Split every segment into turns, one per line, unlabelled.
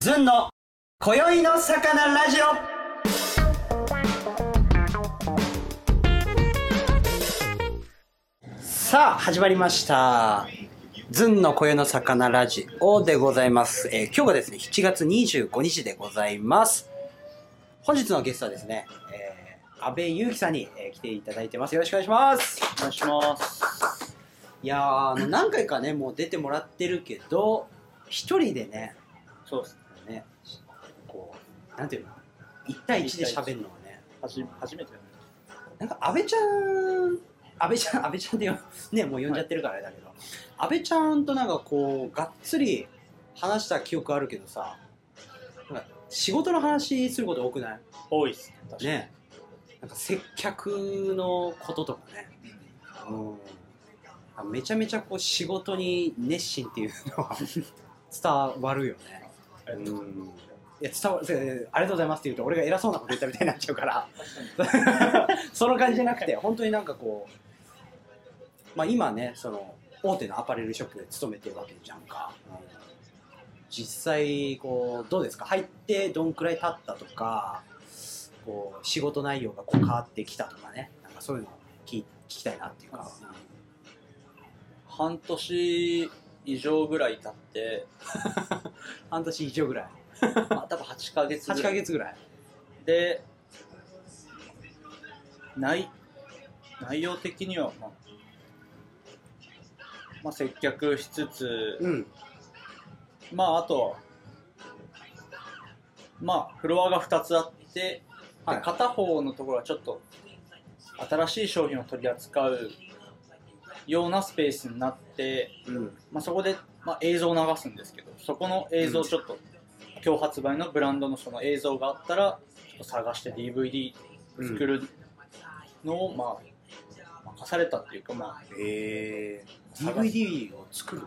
ずんの今宵の魚ラジオさあ始まりましたずんの今宵の魚ラジオでございます、えー今日がですね7月25日でございます本日のゲストはですね、えー、安倍祐樹さんに、えー来ていただいてますよろしくお願いします
お願いします。
いやーあの何回かねもう出てもらってるけど一人でね
そうですね。
ね、こう、なんていうの、1対1で喋るのはね、
はじ初めてだね。
なんか安倍ちゃん、安倍ちゃん、安倍ちゃんでよ、ね、もう呼んじゃってるからあれだけど、安倍ちゃんとなんかこう、がっつり話した記憶あるけどさ、なんか仕事の話すること多くない
多いですね。確かに。
ね。なんか接客のこととかね。うんあめちゃめちゃこう仕事に熱心っていうのは 伝わるよね。
ありがとうございま
いや伝わそうえーありがとうございますって言うと俺が偉そうなこと言ったみたいになっちゃうから その感じじゃなくて本当になんかこう、まあ、今ねその大手のアパレルショップで勤めてるわけじゃんか、実際こうどうですか入ってどんくらい経ったとかこう仕事内容がこう変わってきたとかねなんかそういうのを聞聞きたいなっていうか、
す半年以上ぐらい 経って、
半年以上ぐらい
まあ、多分8ヶ月ぐ
8
ら
ヶ
い
月ぐらい
で、内内容的には、まあ、まあ、接客しつつ、
うん
まあ、あと、まあ、フロアが2つあって、
はい
で片方のところはちょっと新しい商品を取り扱うようなスペースになって、
うん
まあ、そこで、まあ、映像を流すんですけどそこの映像をちょっと、今日発売のブランドのその映像があったらちょっと探して DVD
うん
作るのを、まあ、任されたっていうか、まあ、
えー、DVD を作る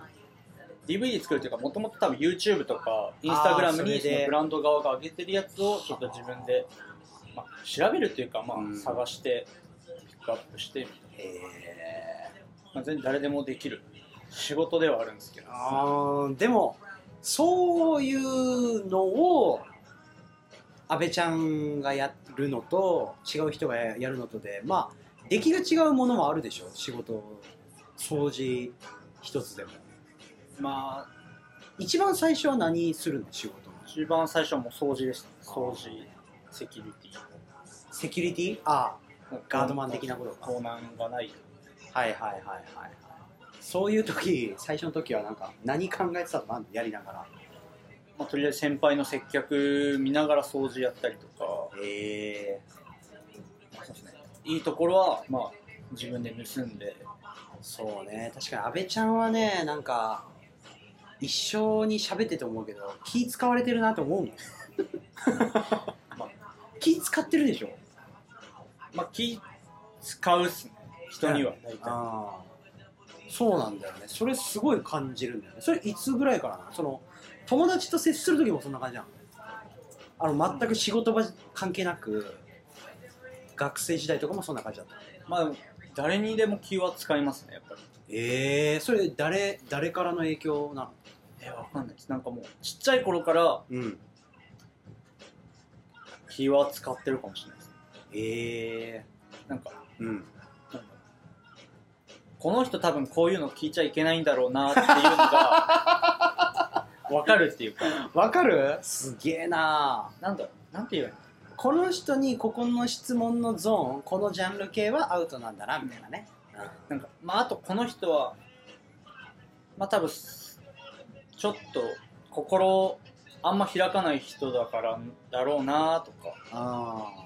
DVD 作るっていうかもともと多分 YouTube と
あ
か
ーそ
Instagram
れ
にそ
で
のブランド側が上げてるやつをちょっと自分で、まあ、調べるっていうか、ま
うん
あ、探してピックアップしてみたいな。
え
まあ、全然誰でもできる仕事ではあるんですけど
ー、あーでもそういうのを安倍ちゃんがやるのと違う人がやるのとでまあ出来が違うものもあるでしょ仕事掃除一つでも
まあ
一番最初は何するの仕事の
一番最初はもう掃除でした掃除セキュリテ
セキュリティあ
ィ
ガードマン的なこと
盗難がない
あはいはいはいはいはいそういう時最初の時はなんか何考えてたのあんのやりながら
まあ、とりあえず先輩の接客見ながら掃除やったりとか
え
そうですねいいところはまあ自分で盗んで
そうね確かに安倍ちゃんはねなんか一生に喋ってて思うけど気使われてるなと思うもん、 まあ気使ってるでしょ
まあ気使うっすね人には大体
ああそうなんだよねそれすごい感じるんだよねそれいつぐらいからなのその友達と接する時もそんな感じなのあの全く仕事場関係なく学生時代とかもそんな感じだった
まあ誰にでも気は使いますねやっぱり
ええそれ誰誰からの影響なの
えわかんないですなんかもうちっちゃい頃から
うん
気は使ってるかもしれないです
ええ
なんか
うん
この人多分こういうの聞いちゃいけないんだろうなっていうのが わかるっていうか
わかるすげえな
なんだろうなんて言うの
この人にここの質問のゾーンこのジャンル系はアウトなんだなみたいなね、
なんかまああとこの人はまあ多分ちょっと心をあんま開かない人だからだろうなとか
ああ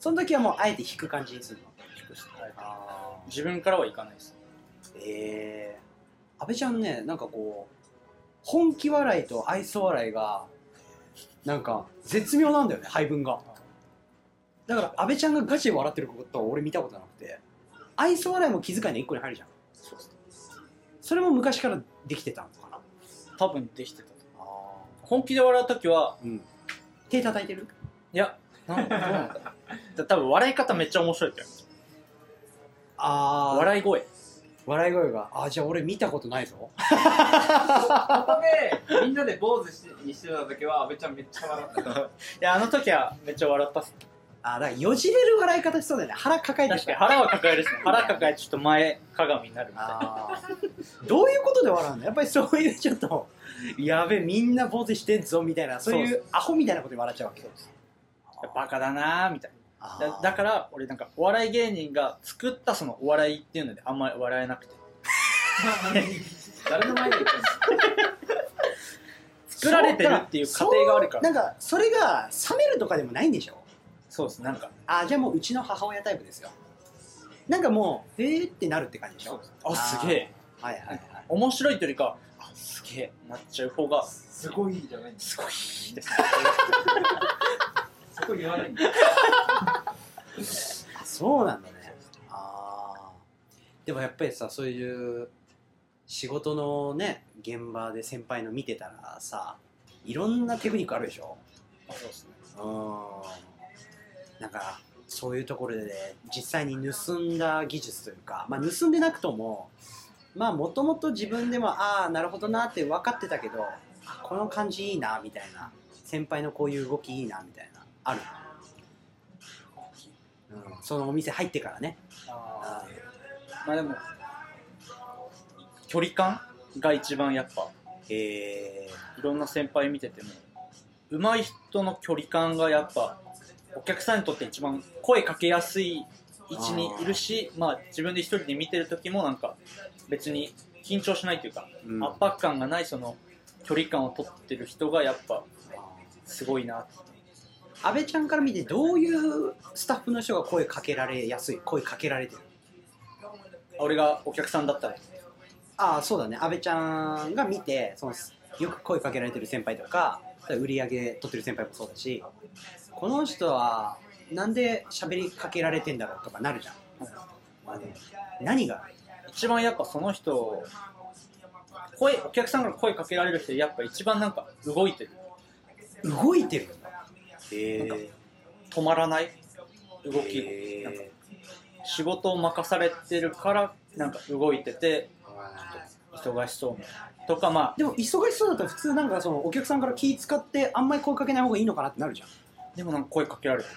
その時はもうあえて引く感じにするの
聞くしはい
ああ
自分からはいかないです
ええ阿部ちゃんねなんかこう本気笑いと愛想笑いがなんか絶妙なんだよね配分がだから阿部ちゃんがガチで笑ってることは俺見たことなくて愛想笑いも気遣いの一個に入るじゃん
そうですね
それも昔からできてたのかな
多分できてたと
ああ
本気で笑う時は
うん手叩いてる
いやなんどうな んだろうだ多分笑い方めっちゃ面白いって
あ
笑い声
笑い声が「あじゃあ俺見たことないぞ
ここでみんなで坊主 しにしてた時は阿部ちゃんめっちゃ笑ってた
いやあの時はめっちゃ笑ったっす」
あだからよじれる笑い方しそうだよね腹抱えて
確かに腹は抱えるっすね腹抱えちょっと前鏡になるみたいな
あーどういうことで笑うのやっぱりそういうちょっとやべえみんな坊主してんぞみたいなそうい
そう
アホみたいなことで笑っちゃうわけ
バカだなーみたい
あ
な
ー
だだから俺なんかお笑い芸人が作ったそのお笑いっていうのであんまり笑えなくて
誰の前で言ってんの
作られてるっていう過程があるから
そうなんかそれが冷めるとかでもないんでしょ
そうですなんか
あじゃあもううちの母親タイプですよなんかもうえーってなるって感じでしょ
あすげえ
はいはいはい
面白いというよりかあすげえなっちゃう方が
すごいじゃないんだ
すごいですね
すごい言わないんだ
あそうなんだねああでもやっぱりさそういう仕事のね現場で先輩の見てたらさいろんなテクニックあるでしょ
あそうですね
うんなんかそういうところで、ね、実際に盗んだ技術というか、まあ、盗んでなくともまあもともと自分でもああなるほどなって分かってたけどあこの感じいいなみたいな先輩のこういう動きいいなみたいなある、うん、そのお店入ってからね
あーまあでも距離感が一番やっぱ
え
いろんな先輩見てても上手い人の距離感がやっぱお客さんにとって一番声かけやすい位置にいるしまあ自分で一人で見てる時もなんか別に緊張しないというか、
ーうん
圧迫感がないその距離感を取ってる人がやっぱすごいなって
安倍ちゃんから見てどういうスタッフの人が声かけられやすい声かけられてる
俺がお客さんだったら
ああそうだね安倍ちゃんが見てそのよく声かけられてる先輩とか売り上げ取ってる先輩もそうだしこの人はなんで喋りかけられてんだろうとかなるじゃん、まあね、何が
一番やっぱその人声お客さんから声かけられる人やっぱ一番なんか動いてる
動いてるんだへ
なん止まらない動き、
え
なんか仕事を任されてるからなんか動いてて忙しそうみたいなとかま
でも忙しそうだったら普通なんかそのお客さんから気使ってあんまり声かけない方がいいのかなってなるじゃん
あでもなんか声かけられてる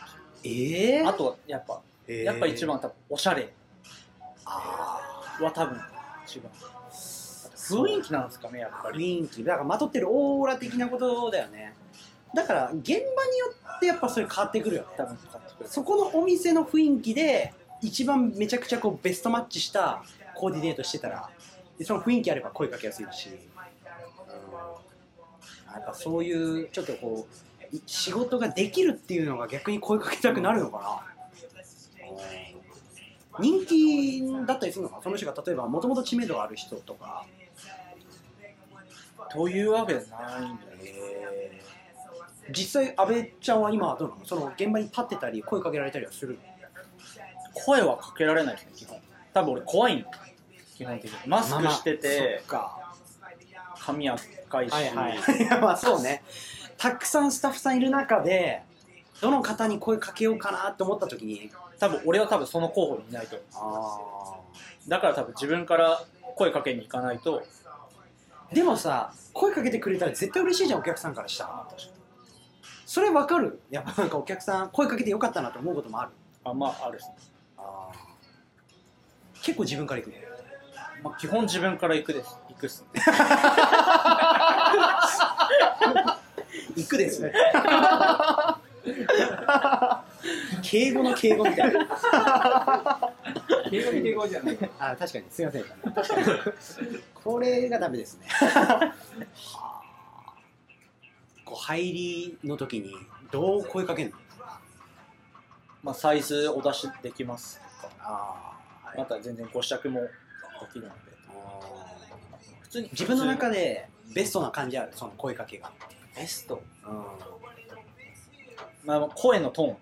え
あとはやっぱやっぱ一番多分おしゃれ
あ
は多分一番雰囲気なんですかねやっ
ー
ぱり
雰囲気だからまとってるオーラ的なことだよねだから現場によってやっぱそれ変わってくるよね
多分使ってくれる
そこのお店の雰囲気で一番めちゃくちゃこうベストマッチしたコーディネートしてたらでその雰囲気あれば声かけやすいし、うん、やっぱそういうちょっとこうい仕事ができるっていうのが逆に声かけたくなるのかな、人気だったりするのかなその人が例えばもともと知名度がある人とか、
というわけじゃないんだよね
実際阿部ちゃんは今はどうなのその現場に立ってたり声かけられたりはするの
声はかけられないですね基本多分俺怖いんだよ基本的にマスクしてて
そっか
髪赤いし、
はいはい、いや まあそうねたくさんスタッフさんいる中でどの方に声かけようかなって思った時に
多分俺は多分その候補にいないと思うだから多分自分から声かけに行かないと
でもさ声かけてくれたら絶対嬉しいじゃんお客さんからしたらそれわかるやっぱなんかお客さん声かけてよかったなと思うこともある
あまああるっすね
結構自分から行くね
まあ、基本自分から行くです行くっすね
行く ですね敬語の敬語みたいな
敬語に敬語じゃないから
あ確かにすいません これがダメですねはあこう入りの時にどう声かけるの
まあサイズお出しできますとか
ああ、
また全然ご試着もできるので普通に
自分の
で
中でベストな感じあるその声かけが、
ベスト、
あ
まあ、声のトーン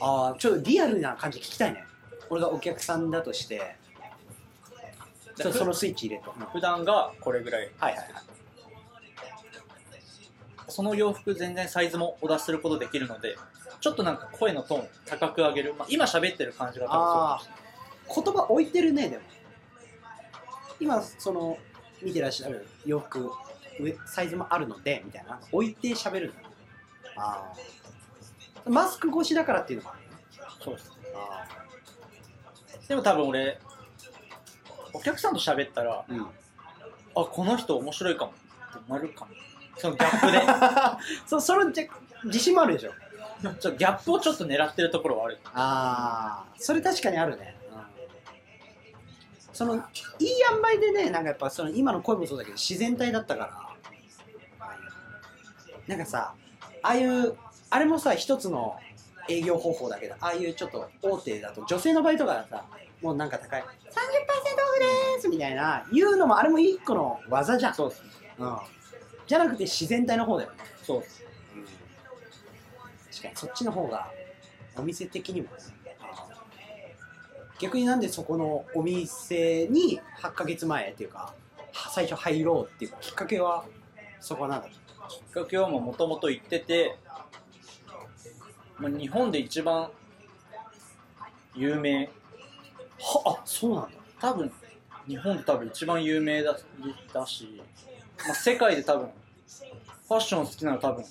あちょっとリアルな感じ聞きたいね俺がお客さんだとしてちょっとそのスイッチ入れと、はい
普段がこれぐらい
はいはい
その洋服全然サイズもお出しすることできるのでちょっとなんか声のトーン高く上げる、まあ、今喋ってる感じが多分
ああ言葉置いてるねでも
そう
今その見てらっしゃる洋服上サイズもあるのでみたいな置いて喋るんだなあーマスク越しだからっていうのもあるね
そうです
あ
でも多分俺お客さんと喋ったら
ーうん、
あこの人面白いかもってなるかもそのギャップで
そそれじゃ自信もあるでしょ
ちょっとギャップをちょっと狙ってるところはある
ああそれ確かにあるね、うんそのいい塩梅でねなんかやっぱその今の声もそうだけど自然体だったからなんかさああいうあれもさ一つの営業方法だけどああいうちょっと大手だと女性の場合とかださもうなんか高い30%オフですみたいな言うのもあれも一個の技じゃん
そうです
うん、じゃなくて自然体の方だよね
そうです
確かにそっちの方がお店的にも逆になんでそこのお店に8ヶ月前っていうかは最初入ろうっていうきっかけはそこなんだ
きっかけはもともと行ってて、まあ、日本で一番有名
はあそうなんだ
多分日本で多分一番有名だだし、まあ、世界で多分ファッション好きなの多分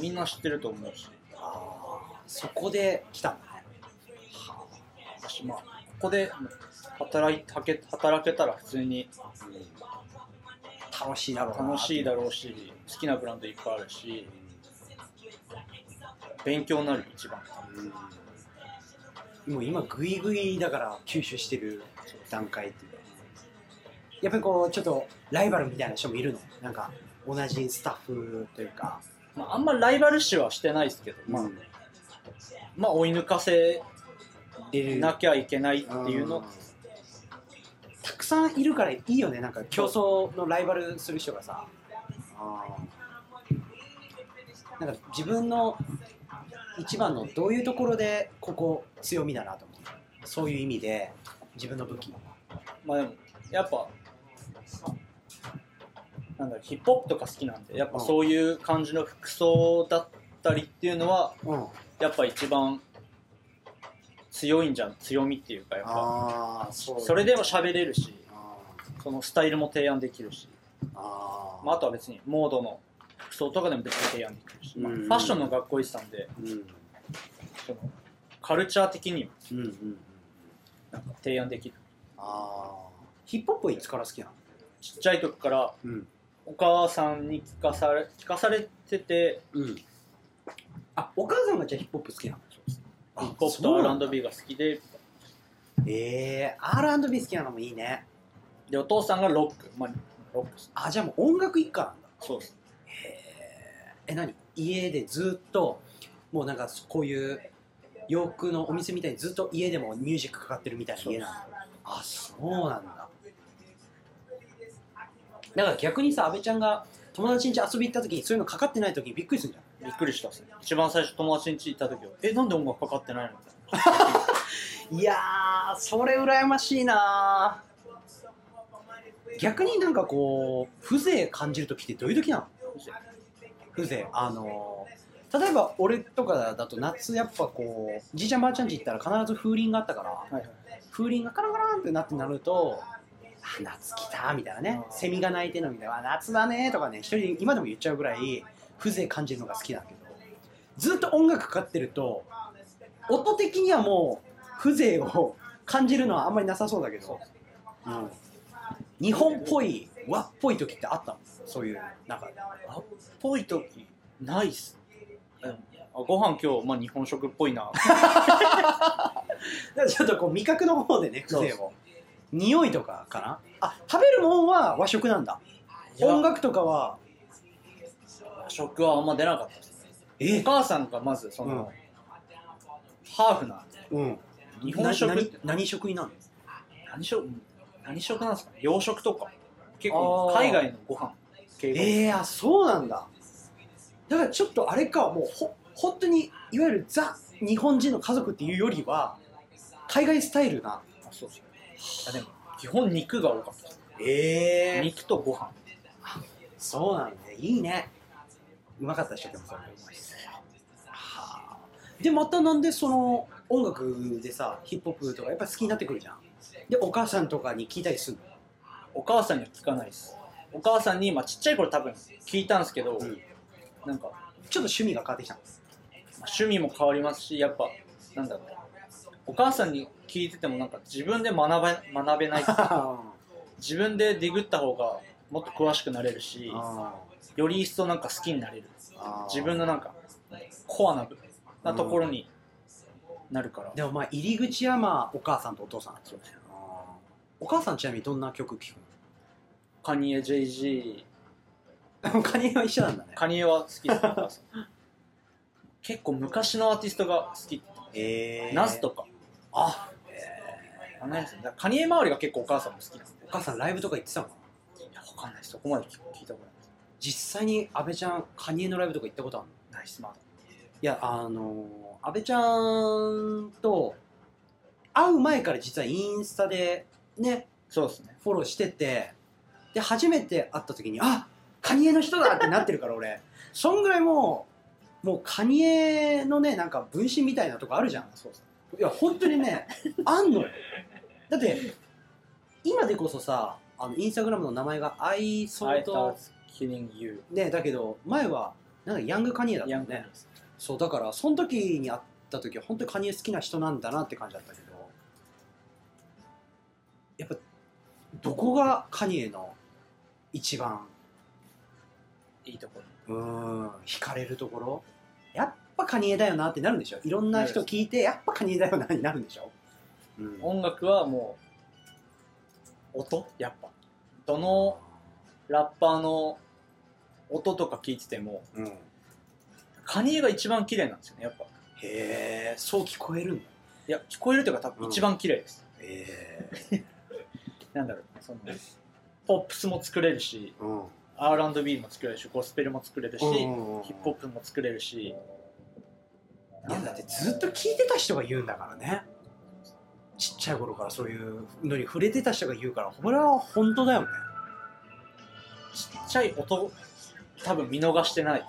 みんな知ってると思うし
そこで来たんだね
私まあここで働い働け働けたら普通に
楽しいだろうな
楽しいだろうし好きなブランドいっぱいあるし勉強になるよ一番
うんもう今グイグイだから吸収してる段階っていうかやっぱりこうちょっとライバルみたいな人もいるのなんか同じスタッフというか、
まあ、あんまライバル視はしてないですけど、まあ、まあ追い抜かせ
で
なきゃいけないっていうの、
んたくさんいるからいいよねなんか競争のライバルする人がさなんか自分の一番のどういうところでここ強みだなと思うそういう意味で自分の武器
まあでもやっぱなんだろうヒップホップとか好きなんでやっぱそういう感じの服装だったりっていうのは
うん
やっぱ一番強いんじゃん強みっていうかやっぱ
ああそ
それでも喋れるし
あ
そのスタイルも提案できるし、
ーあー
まあ、あとは別にモードの服装とかでも別に提案できるし、まあ
うん
ファッションの学校行ってたんで
うん
そのカルチャー的にも
うんうんうん
なんか提案できる
ああヒップホップはいつから好きなの
ちっちゃい時から
うん
お母さんに聞かされ聞かされてて
うんあお母さんがじゃあヒップホップ好きなの
ヒップホップと R&B が好きで
えー、R&B 好きなのもいいね
でお父さんがロック、まあ、ロックです
あじゃあもう音楽一家なんだ
そうです
え何家でずっともうなんかこういう洋服のお店みたいにずっと家でもミュージックかかってるみたいな家なんだあそうなんだだから逆にさ阿部ちゃんが友達ん家遊び行った時にそういうのかかってない時にびっくりするじゃん
びっくりしたっすね一番最初友達に家行った時はえなんで音楽かかってないのみたいない
やー、それ羨ましいなー逆になんかこう、風情感じるときってどういうときなの風情。あのー、例えば俺とかだと夏やっぱこう、じいちゃんばあちゃんち行ったら必ず風鈴があったから、
はいはい
風鈴がカランカランってなってなると、あ夏来たーみたいなね、セミが鳴いてるのみたいな、あ夏だねーとかね、一人今でも言っちゃうぐらい、風情感じるのが好きなんだけど、ずっと音楽かかってると、音的にはもう、風情を感じるのはあんまりなさそうだけど、うん日本っぽい、和っぽい時ってあったのそういう、なんか、
和っぽい時ないっすでもあご飯今日、まあ、日本食っぽいな
だからちょっとこう味覚の方でね、風情
そ
を。匂いとかかなあ、食べるもんは和食なんだ。音楽とかは、
和食はあんま出なかったですお
え
母さんがまずその、ハーフなんで
うん。
日本食
な何何食になるの
何食何食なんですかね洋食とか結
あ
構
ー
海外のご飯系が
ええー、あそうなんだだからちょっとあれかもうほ本当にいわゆるザ日本人の家族っていうよりは海外スタイルな
あそうそうあでも基本肉が多かったです
え
肉とご飯
そうなんだいいねうまかったでしょでもそれはあでまたなんでその音楽でさヒップホップとかやっぱ好きになってくるじゃんでお母さんとかに聞いたりするの
お母さんには聞かないですお母さんに、まあ、ちっちゃい頃多分聞いたんですけど、
うん
なんか、ま
ちょっと趣味が変わって きたんです。
あ趣味も変わりますしやっぱなんだろうお母さんに聞いててもなんか自分で学べ学べないっていうか自分でディグった方がもっと詳しくなれるし
あ
より一層なんか好きになれる
あ
自分のなんかコアな部分なところになるから、
でもまあ入り口はまあお母さんとお父さんなんですよねお母さんちなみにどんな曲聴
カニエ JG
くのカニエは一緒なんだね
カニエは好きですねお母さん 結構昔のアーティストが好き
え
ナスとか
あ
あのやつだからカニエ周りが結構お母さんも好きなんで
お母さんライブとか行ってたのかない
やわかんないですそこまで聞聞いたこと
実際に阿部ちゃんカニエのライブとか行ったことあるの
ないナイスマート
いやあのー、安倍ちゃんと会う前から実はインスタでね
そうですね
フォローしててで初めて会った時にあカニエの人だってなってるから俺そんぐらいもうもうカニエのねなんか分身みたいなとこあるじゃん
そうですね
いや本当に ねあんのよだって今でこそさあのインスタグラムの名前がアイソ
相
ー
手
と
キリングユ
ねだけど前はなんかヤングカニエだっ
ー
た
ヤ
よ
ング
ね
です
そうだからその時に会った時は本当にカニエ好きな人なんだなって感じだったけどやっぱどこがカニエの一番
いいところ
うーん惹かれるところやっぱカニエだよなってなるんでしょいろんな人聞いてやっぱカニエだよなになるんでしょ、うん
音楽はもう音やっぱどのラッパーの音とか聞いてても
うん、へ
カニエが一番綺麗なんですよねやっぱい
えそう聞こえるんだ
や聞こえるというか多分一番綺麗です、
へえ
なんだろうそのポップスも作れるし
うん
R&B も作れるしゴスペルも作れるし、ヒップホッ
い
プも作れるし
やだってずっと聞いてた人が言うんだからねちっちゃい頃からそういうのに触れてた人が言うからこれは本当だよね
ちっちゃい音多分見逃してない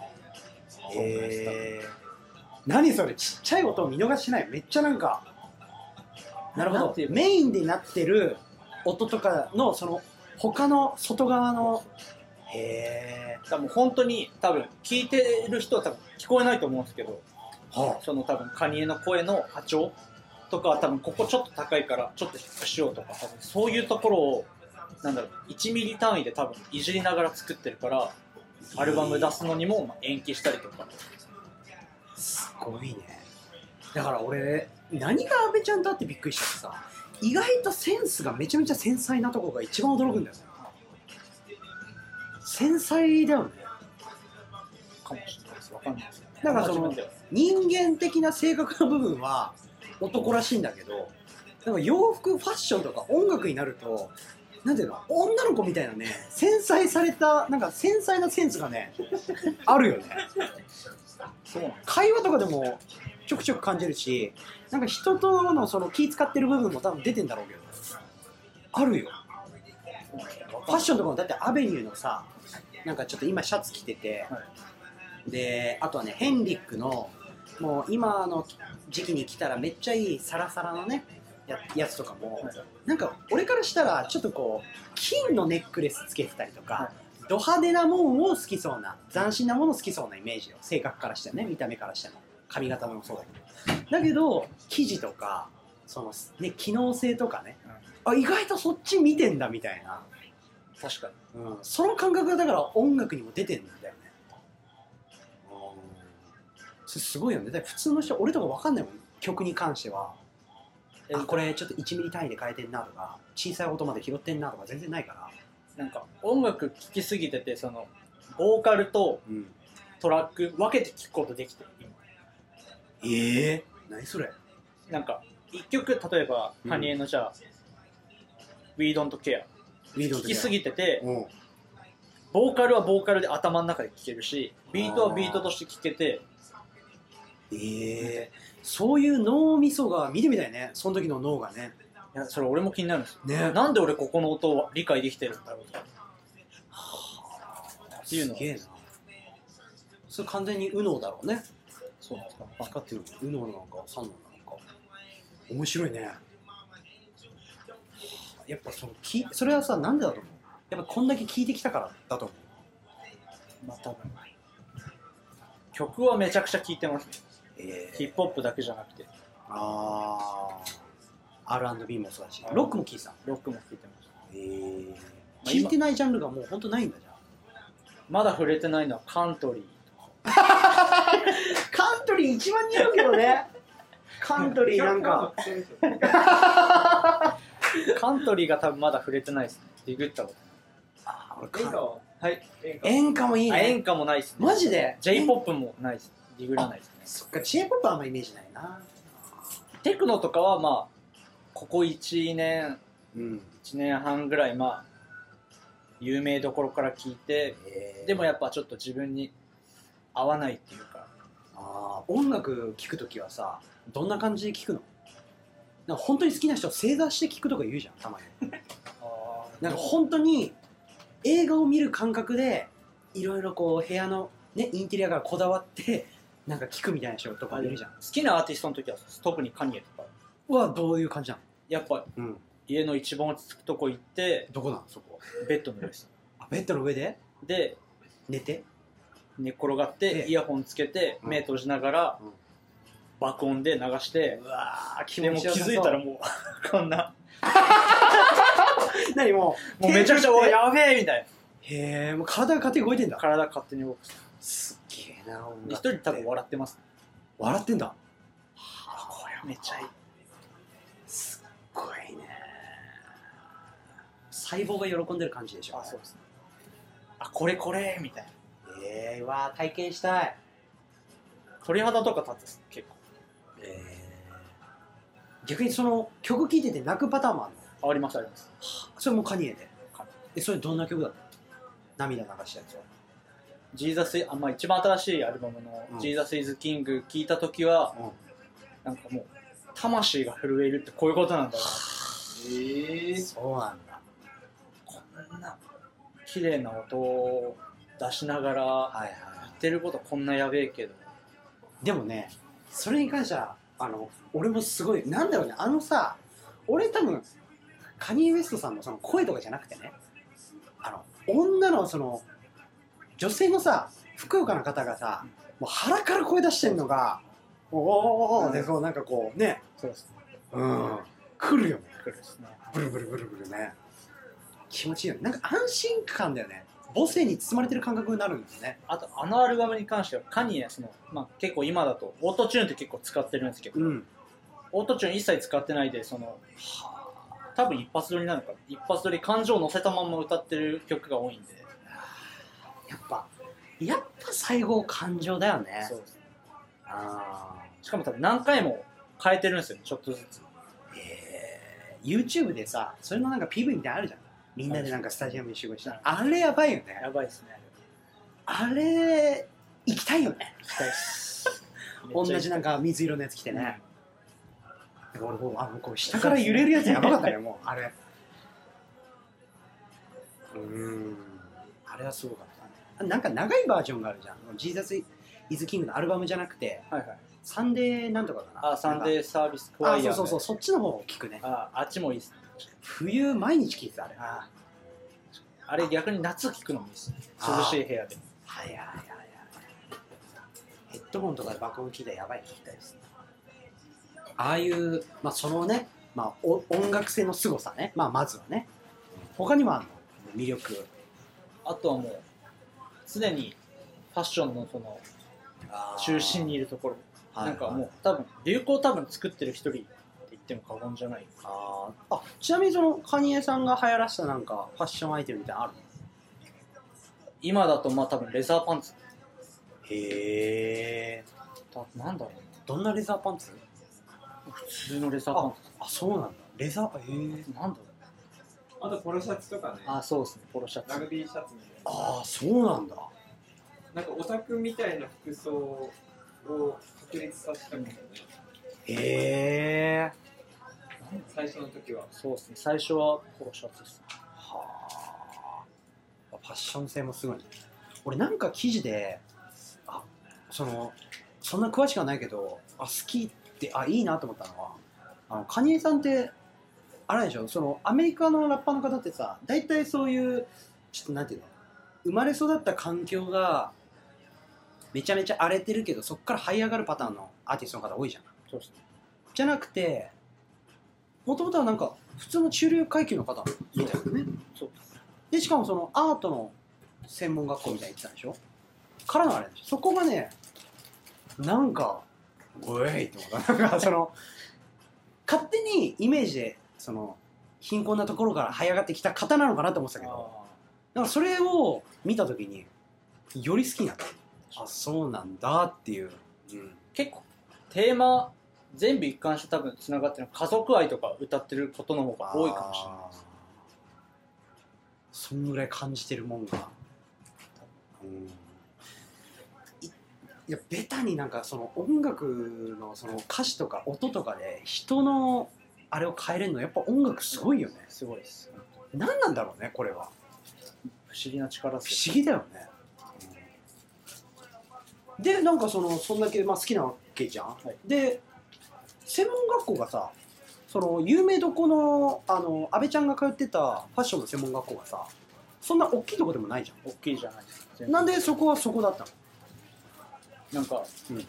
へえ何それちっちゃい音を見逃してないめっちゃなんかなるほ
なん
ど
ていうか
メインでなってる音とかのその他の外側のへえ
多分本当に多分聞いてる人は多分聞こえないと思うんですけど
は
その多分カニエの声の波長とかは多分ここちょっと高いからちょっと低くしようとか多分そういうところをなんだろう1ミリ単位で多分いじりながら作ってるからアルバム出すのにもまあ延期したりとか
あすごいねだから俺何が阿部ちゃんだってびっくりしたってさ意外とセンスがめちゃめちゃ繊細なとこが一番驚くんだよね繊細だよね
かもしれないですわかんないですよね
だからその
まあ自分では
人間的な性格の部分は男らしいんだけどなんか洋服ファッションとか音楽になるとなんていうの女の子みたいなね繊細されたなんか繊細なセンスがねあるよね
そうなんです
会話とかでもちょくちょく感じるしなんか人とのその気使ってる部分も多分出てんだろうけどあるよ
そうなんですよわ
ファッ
かんない
ションとかもだってアベニューのさなんかちょっと今シャツ着てて、
は
であとはねヘンリックのもう今の時期に来たらめっちゃいいサラサラのねややつとかも、
はい
なんか俺からしたらちょっとこう金のネックレスつけてたりとか、
は
ド派手なもんを好きそうな斬新なもの好きそうなイメージよ性格からしてね見た目からしても髪型もそうだけどだけど生地とかその、ね、機能性とかね、あ意外とそっち見てんだみたいな
確かに
うんその感覚がだから音楽にも出てるんだよね。それすごいよね。だから普通の人、俺とか分かんないもん、曲に関しては。あ、これちょっと1ミリ単位で変えてんなとか、小さい音まで拾ってんなとか全然ないから。
なんか音楽聴きすぎててそのボーカルとトラック分けて聴くことできてる今
ええ何それ
なんか一曲例えば
うん
カニエのじゃあ「We Don't Care
ウ」ィード
聴きすぎてて
うん。
ボーカルはボーカルで頭の中で聴けるしビートはビートとして聴けて
ええそういう脳みそが、見てみたいね。その時の脳がね。
いやそれ俺も気になるんですよ
ね。
なんで俺ここの音を理解できてるんだろうとっていうの
すげえな。それ完全に右脳だろうね。
そうなんですか
光ってる右脳なのか左脳なのか面白いねやっぱそのきそれはさなんでだと思うやっぱこんだけ聴いてきたからだと思う
まあ多分曲はめちゃくちゃ聴いてます
え
ヒップホップだけじゃなくて
ああ R&B もそうだしロックも聴いてたの
ロックも聴いてます
えー
あ
聴いてないジャンルがもう本当ないんだじゃあ
まだ触れてないのはカントリー
カントリー一番似合うけどねカントリーなんか
カントリーが多分まだ触れてないですねディグったこ
あ俺
演歌
カン
は
とはい
演歌
演歌もいい
あ演
ね
歌もないですね
マジで
j p o p もないですディグらないですね
そっか J−POP あんまイメージないな
テクノとかはまあここ1年
うん
1年半ぐらいまあ有名どころから聞いてでもやっぱちょっと自分に合わないっていうか
あー音楽聴くときはさどんな感じで聴くのなんか本当に好きな人は正座して聴くとか言うじゃんたまになんか本当に映画を見る感覚でいろいろこう部屋の、ね、インテリアからこだわってなんか聴くみたいな人とかいるじゃん
好きなアーティストの時は特にカニエとか
はどういう感じな
やっぱ
の、うん、
家の一番落ち着くとこ行って
どこなのそこ
ベッドの上です
あベッドの上で
で
寝て
寝っ転がっ
え
て
え
イヤホンつけて
うん
目閉じながら
うん
爆音で流して
うわー気
でも気づいたら
も
もう こんな
う何もう
もうめちゃくち
手
ゃ「
振っ
お
て
いやべえ!」みたいな
へえもう体が勝手に動いてんだ
体勝手に動く
すっげえな音楽
一人多分笑ってます
笑ってんだ
これはめっちゃいい
すっごいね細胞が喜んでる感じでしょ
あそうですねあこれこれみたいな
ええわ体験したい
鳥肌とか立つっす結
えー逆にその曲聴いてて泣くパターンもあるの
構ありますあります
それもカニエで
カニ
えそれどんな曲だったの涙流したやつは
ジーザスあまあ、一番新しいアルバムの
うん
「ジーザス・イズ・キング」聴いた時は、なんかもう魂が震えるってこういうことなんだな
ええ
そうなんだ
こんな綺麗な音を出しながら
はいは
言ってることこんなやべえけど
いでもねそれに関してはあの俺もすごいなんだろうねあのさ俺多分カニエ・ウエストさんのその声とかじゃなくてねあの女のその女性のさふくよかな方がさもう腹から声出してんのがおーおーおーおーでこうなんかこうね
そうですね
うん来るよね
来るですね
ブルブルブルブルね気持ちいいよねなんか安心感だよね母性に包まれてる感覚になるんですね
あとあのアルバムに関してはカニエその、まあ、結構今だとオートチューンって結構使ってるんですけど、
うん
オートチューン一切使ってないでその多分一発撮りなのか一発撮り感情を乗せたまま歌ってる曲が多いんで
やっぱやっぱ最後感情だよね
そうです
あ
しかも多分何回も変えてるんですよねちょっとずつ
ーえー YouTube でさそれのなんか PV みたいなのあるじゃんみんなでなんかスタジアムに集合したらあれやばいよね
やばいですね
あれ行きたいよね
行きたいっす
同じなんか水色のやつ着てね、なんか俺もうあのこう下から揺れるやつやばか ったねもうあれうーんあれはすごかったねなんか長いバージョンがあるじゃん「ジーザス・イズ・キング」のアルバムじゃなくて
はいはい
「サンデーなんとか」かな
あサンデ
ー
ーサービスクワ
あ
イヤ
そう
ー
そうそううそっちの方を聞くね
ああっちもいいっすね
冬毎日聴いてたあれ
ああれ逆に夏聞くのもいいっすね涼しい部屋で
はいはいはいはいヘッドホンとかで爆音聞いたらやばい聞きたいですねああいう、まあ、そのね、まあ、お音楽性の凄さね、まあ、まずはね他にもあるの魅力
あとはもう常にファッションのその中心にいるところ
はい
なんかもう多分流行を多分作ってる一人って言っても過言じゃない
あーあちなみにそのカニエさんが流行らせたなんかファッションアイテムみたいなのあるの
今だとまあ多分レザーパンツ
へえ
だなんだろう
どんなレザーパンツ
な普通のレザーパン
あそうなんだレザーへえ
ツなんだろう
あとポロシャツとかね
あそうですねポロシャ
ラグ
ツ
ビーシャツみたいな
ああそうなんだ
なんかオタクみたいな服装を確立させたみたいなね
へえ
最初の時は
そうですね最初はポロシャツです
はあファッション性もすごい俺なんか記事であそのそんな詳しくはないけどあ好きってあいいなと思ったのはあのカニエさんってあれでしょそのアメリカのラッパーの方ってさ大体そういうちょっとなんていうの生まれ育った環境がめちゃめちゃ荒れてるけどそこから這い上がるパターンのアーティストの方多いじゃん
そうですね
じゃなくてもともとはなんか普通の中流階級の方みたいなね
そう
でしかもそのアートの専門学校みたいに行ってたんでしょからのあれでしょそこがねなんかおいって思った なんかその勝手にイメージでその貧困なところから這い上がってきた方なのかなと思ってたけどなんかそれを見た時により好きになったあそうなんだっていう、うん、
結構テーマ全部一貫して多分つながってるの家族愛とか歌ってることの方が多いかもしれない
いそんぐらい感じてるもんが、うん、いいやベタになんかその音楽のその歌詞とか音とかで人のあれを変えれるのやっぱ音楽すごいよね
すごいです
何なんだろうねこれは
不思議な力っ
不
す
思議だよね、うんでなんかそのそんだけ、まあ、好きなわけじゃん、
はい
で専門学校がさその有名どこのあの安倍ちゃんが通ってたファッションの専門学校がさそんな大きいとこでもないじ
大きいじゃないです
ゃ
全
ん
然
なんでそこはそこだったの
なんか、
うん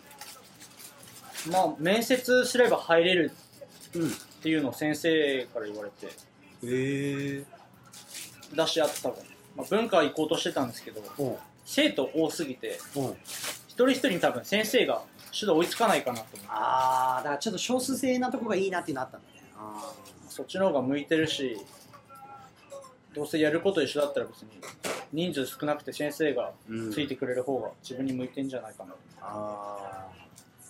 まあ面接すれば入れる
うん
っていうのを先生から言われて
へえ
出し合って多分、まあ、文化行こうとしてたんですけど
うんうん
生徒多すぎて一人一人に多分先生が指導追いつかないかなと思って
ああだからちょっと少数制なとこがいいなっていうのあったんだねあ
そっちの方が向いてるしどうせやること一緒だったら別に人数少なくて先生が
ー
ついてくれる方が自分に向いてんじゃないかな、
あ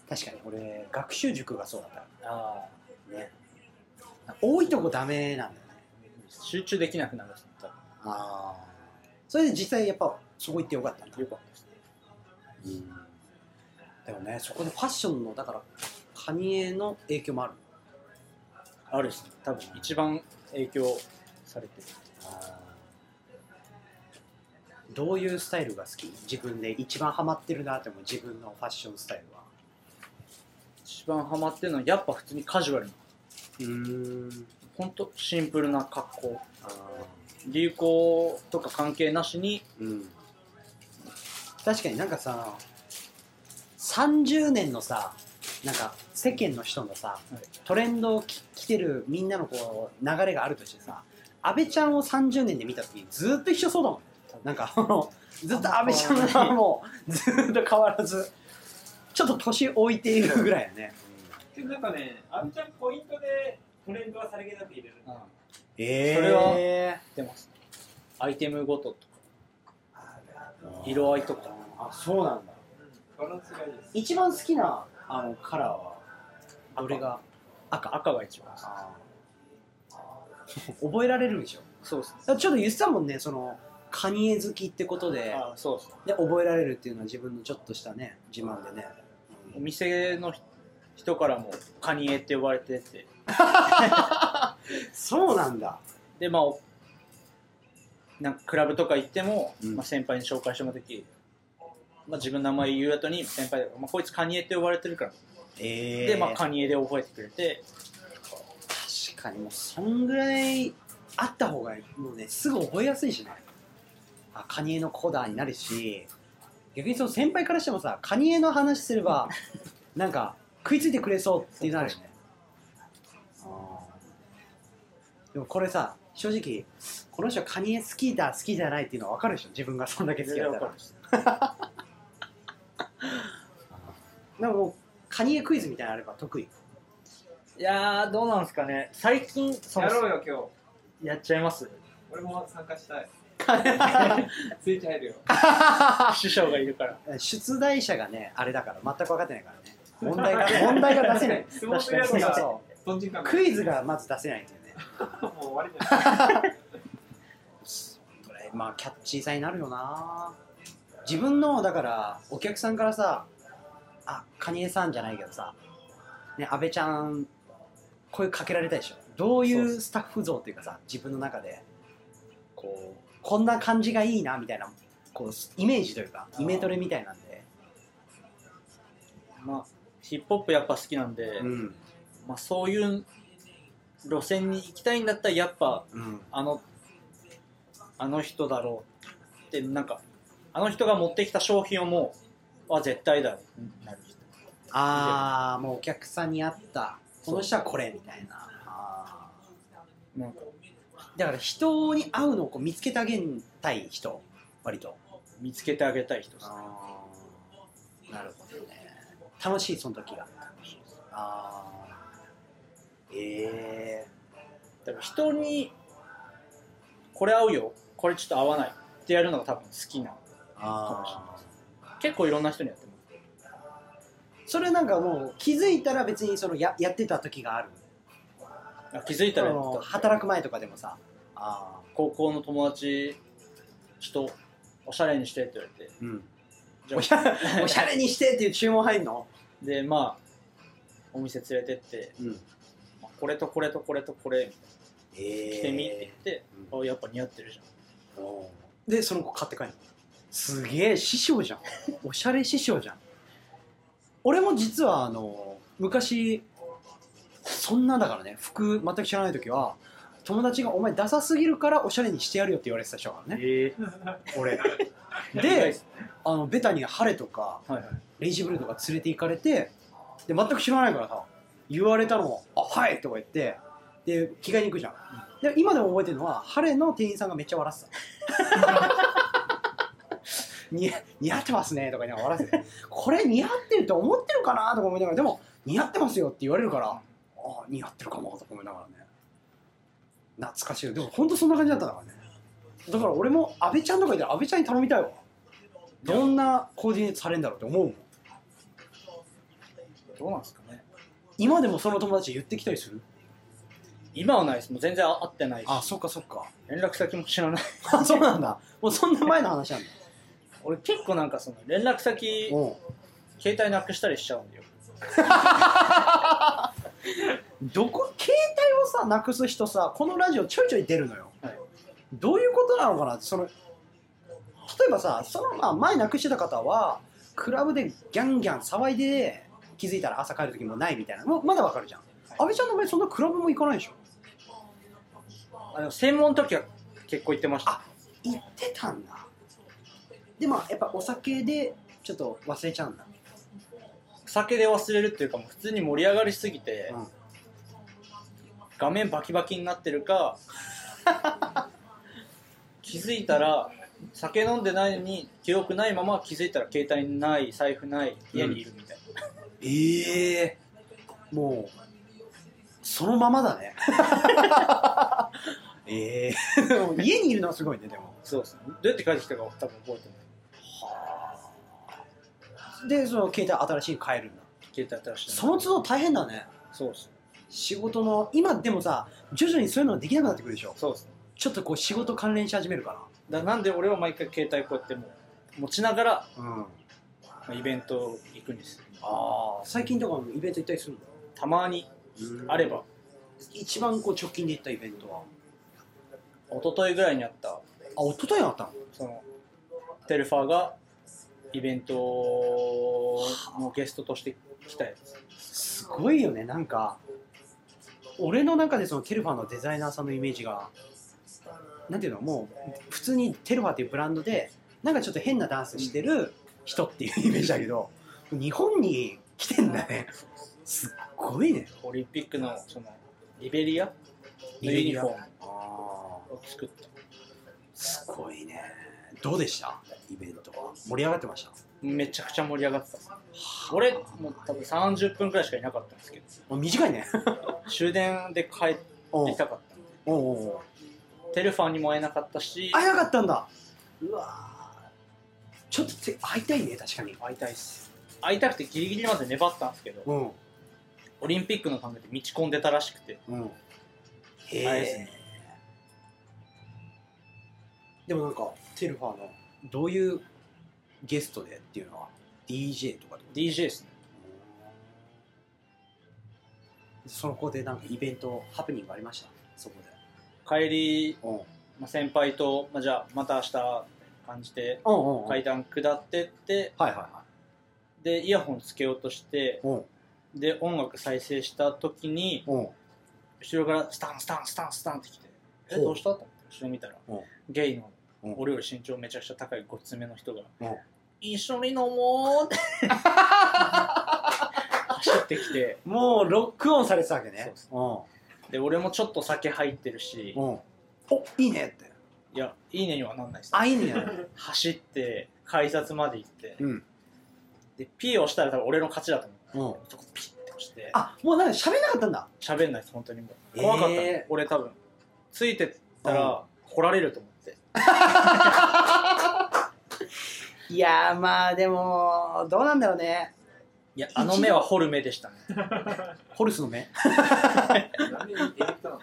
ー確かに俺学習塾がそうだった
ああ
ね多いとこダメなんだよね
集中できなくなるんですよ
ああそれで実際やっぱそこ行ってよかったんだ、
よかったです
だよねそこでファッションのだからカニエの影響もある
あるし多分一番影響されてる
どういうスタイルが好き自分で一番ハマってるなって思う自分のファッションスタイルは
一番ハマってるのはやっぱ普通にカジュアルな
うん
ほんとシンプルな格好
あ
流行とか関係なしに
うん確かになんかさ30年のさなんか世間の人のさ
はい
トレンドをき来てるみんなのこう流れがあるとしてさ安倍ちゃんを30年で見た時ずっと一緒そうだもんなんか あのずっと安倍ちゃんがもうずっと変わらずちょっと年老いているぐらいやね、
でもなんかね、あんちゃんポイントでトレンドはさりげなく入れる。
うん
え
それは出ますアイテムごととか色合いとか
あそうなんだ
バランスがいいです。
一番好きなあのカラーはどれが赤
赤が一番好き
あー 覚えられるでしょ
そうですね
だからちょっと言ってたもんねそのカニエ好きってことで
あそうですね
で覚えられるっていうのは自分のちょっとしたね自慢でね、
お店の人からもカニエって呼ばれてて
そうなんだ
でまあおなんかクラブとか行っても、
うん
まあ、先輩に紹介してもらった時、まあ、自分の名前言う後に先輩が、まあ、こいつカニエって呼ばれてるから、
え
で、まあ、カニエで覚えてくれて
確かにもうそんぐらいあった方がもうねすぐ覚えやすいしねあカニエのコーダーになるし逆にその先輩からしてもさカニエの話すればなんか食いついてくれそうっていうのあるよねあーでもこれさ正直この人カニエ好きだ好きじゃないっていうのは分かるでしょ自分がそんだけ好きだったらなんかもうカニエクイズみたいなのあれば得意
いやーどうなんですかね最近その
やろうよ、今
や
日。
っちゃ います
俺も参加 したい。ついちゃえるよ。
師匠がいるから
出題者がねあれだから全く分かってないから ね問題が問題が出せない
質問するやつ
そうそう
が、
そ
とんちんか
うんクイズがまず出せないっていうね
もう終わりじゃない。
これまあキャッチーさになるよな自分のだからお客さんからさあカニエさんじゃないけどさね安倍ちゃん声かけられたでしょどういうスタッフ像っていうかさ自分の中でこうこんな感じがいいなみたいなこうイメージというかイメトレみたいなんで
まあヒップホップやっぱ好きなんで、
うん
まあ、そういう路線に行きたいんだったらやっぱ
うん
あのあの人だろうってなんかあの人が持ってきた商品をもうは絶対だろうってなる人
ああもうお客さんに合ったこの人はこれみたいなあ
なんか
ーだから人に合うのをこう見つけてあげたい人割と
見つけてあげたい人っす
あーなるほどね楽しいその時がああええ
だから人にこれ合うよこれちょっと合わないってやるのが多分好きな
ああ
結構いろんな人にやっても
それなんかもう気づいたら別にそのややってた時がある
らうあ気づいたら
あの働く前とかでもさあ
高校の友達ちょっとおしゃれにしてって言われて
ー うん
じ
おしゃれおしゃれにしてっていう注文入んの、
でまあお店連れてって
うん、
まあこれとこれとこれとこれみたい
え
な着てみって言って、あやっぱ似合ってるじゃん
でその子買って帰るのすげえ師匠じゃんおしゃれ師匠じゃん俺も実はあの昔そんなだからね服全く知らない時は友達が「お前ダサすぎるからおしゃれにしてやるよ」って言われてた人だからね
え
俺
え
であのベタに晴れとか
はいはい
レイジブルーとか連れて行かれてで全く知らないからさ言われたのを「あはい」とか言ってで着替えに行くじゃん、で今でも覚えてるのは晴れの店員さんがめっちゃ笑ってた に似合ってますねとか言いながら笑っててこれ似合ってると思ってるかなとか思いながらでも似合ってますよって言われるからああ似合ってるかもとか思いながらね懐かしいでも本当そんな感じだったんだからねだから俺も阿部ちゃんとかいたら阿部ちゃんに頼みたいわどんなコーディネートされるんだろうって思うもん
どうなんですかね
今でもその友達言ってきたりする
今はないですもう全然会ってない
っ
し
かそっか
連絡先も知らない
あ そうなんだもうそんな前の話なんだ
俺結構なんかその連絡 先
うん
携帯なくしたりしちゃうんだよ
どこ携帯をさなくす人さこのラジオちょいちょい出るのよ、
はい
どういうことなのかなってその例えばさそのまあ前なくしてた方はクラブでギャンギャン騒いで気づいたら朝帰る時もないみたいなもうまだわかるじゃん阿部ちゃんの場合そんなクラブも行かないでしょ
あの専門の時は結構行ってました
あ行ってたんだでもやっぱお酒でちょっと忘れちゃうんだ、
酒で忘れるっていうかもう普通に盛り上がりすぎて、
うん
画面バキバキになってる か気づいたら酒飲んでないのに記憶ないまま気づいたら携帯ない財布ない家にいるみたいな、
ええもうそのままだね ええ家にいるのはすごいねでも
そうですねどうやって帰ってきたか多分覚えてない
でその携帯新しいの変えるんだ
携帯新しい
その都度大変だね
そうです
仕事の今でもさ徐々にそういうのできなくなってくるでしょ
そうです
ちょっとこう仕事関連し始めるか
だなんで俺は毎回携帯こうやってもう持ちながら
らうんあ
まあイベント行くんですよ
あ最近とかもイベント行ったりするの
たまにあれば
一番こう直近で行ったイベントは
一昨日ぐらいにあった
あ一昨日あったの
そのテルファーがイベントのゲストとして来たやつ
すごいよねなんか俺の中でそのテルファのデザイナーさんのイメージがなんていうのもう普通にテルファっていうブランドでなんかちょっと変なダンスしてる人っていうイメージだけど日本に来てんだねすっごいね
オリンピックのそのリベリアのユニフォーム
あ
を作った
ーすごいねどうでしたイベントは盛り上がってました
めちゃくちゃ盛り上がってた俺もう多分30分ぐらいしかいなかったんですけど
もう短いね
終電で帰って
おう
きたかっ
おうおうおう
たテルファーにも会えなかったし
会えなかったんだうわーちょっとて会いたいね確かに会いたいっす
会いたくてギリギリまで粘ったんですけど
うん
オリンピックの関係で道込んでたらしくて
うん、へ
あれです
え
ね
でもなんかテルファーのどういうゲストでっていうのは DJ とかで
DJ ですね
その子でなんかイベントハプニングありましたそこで
帰り、
うん
まあ、先輩と、まあ、じゃあまた明日感じて
うんは
階
い
段下ってって
はいは
でイヤホンつけようとして
いうん
で音楽再生した時に
うん
後ろからスタンスタンスタンスタンってきて「え
ほう
どうした?」と思って後ろ見たら
うん
ゲイの
うん
俺より身長めちゃくちゃ高いごつめの人が
うん
「一緒に飲もう」って走ってきて
もうロックオンされてたわけね
で俺もちょっと酒入ってるし
うんうんおいいねって
いやいいねにはなんないです
あいいねじゃ ない
走って改札まで行って
うん
で P を押したら多分俺の勝ちだと
うん
思うそこピッて押して
あもうなんか喋んなかったんだ
喋んないです本当にもう怖かった、
えー
俺多分ついてったら来られると思って
いやーまあでもどうなんだろうね
いやあの目は掘る目でしたね
ホルスの目
なんでエジプトなの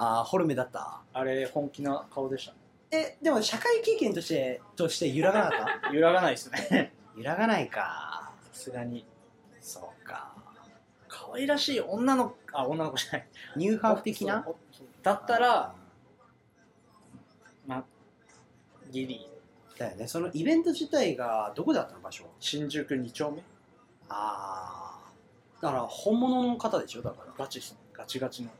ああホルメだった
あれ本気な顔でしたね
えでも社会経験としてとして揺らがなかっ
揺らがないで すね
た揺らがないか
さすがに
そうか
可愛らしい女の子あ女の子じゃない
ニューハーフ的な
だったらまあギリ
だよねそのイベント自体がどこだったの場所
新宿2丁目
ああだから本物の方でしょだから
ガチですねガチガチの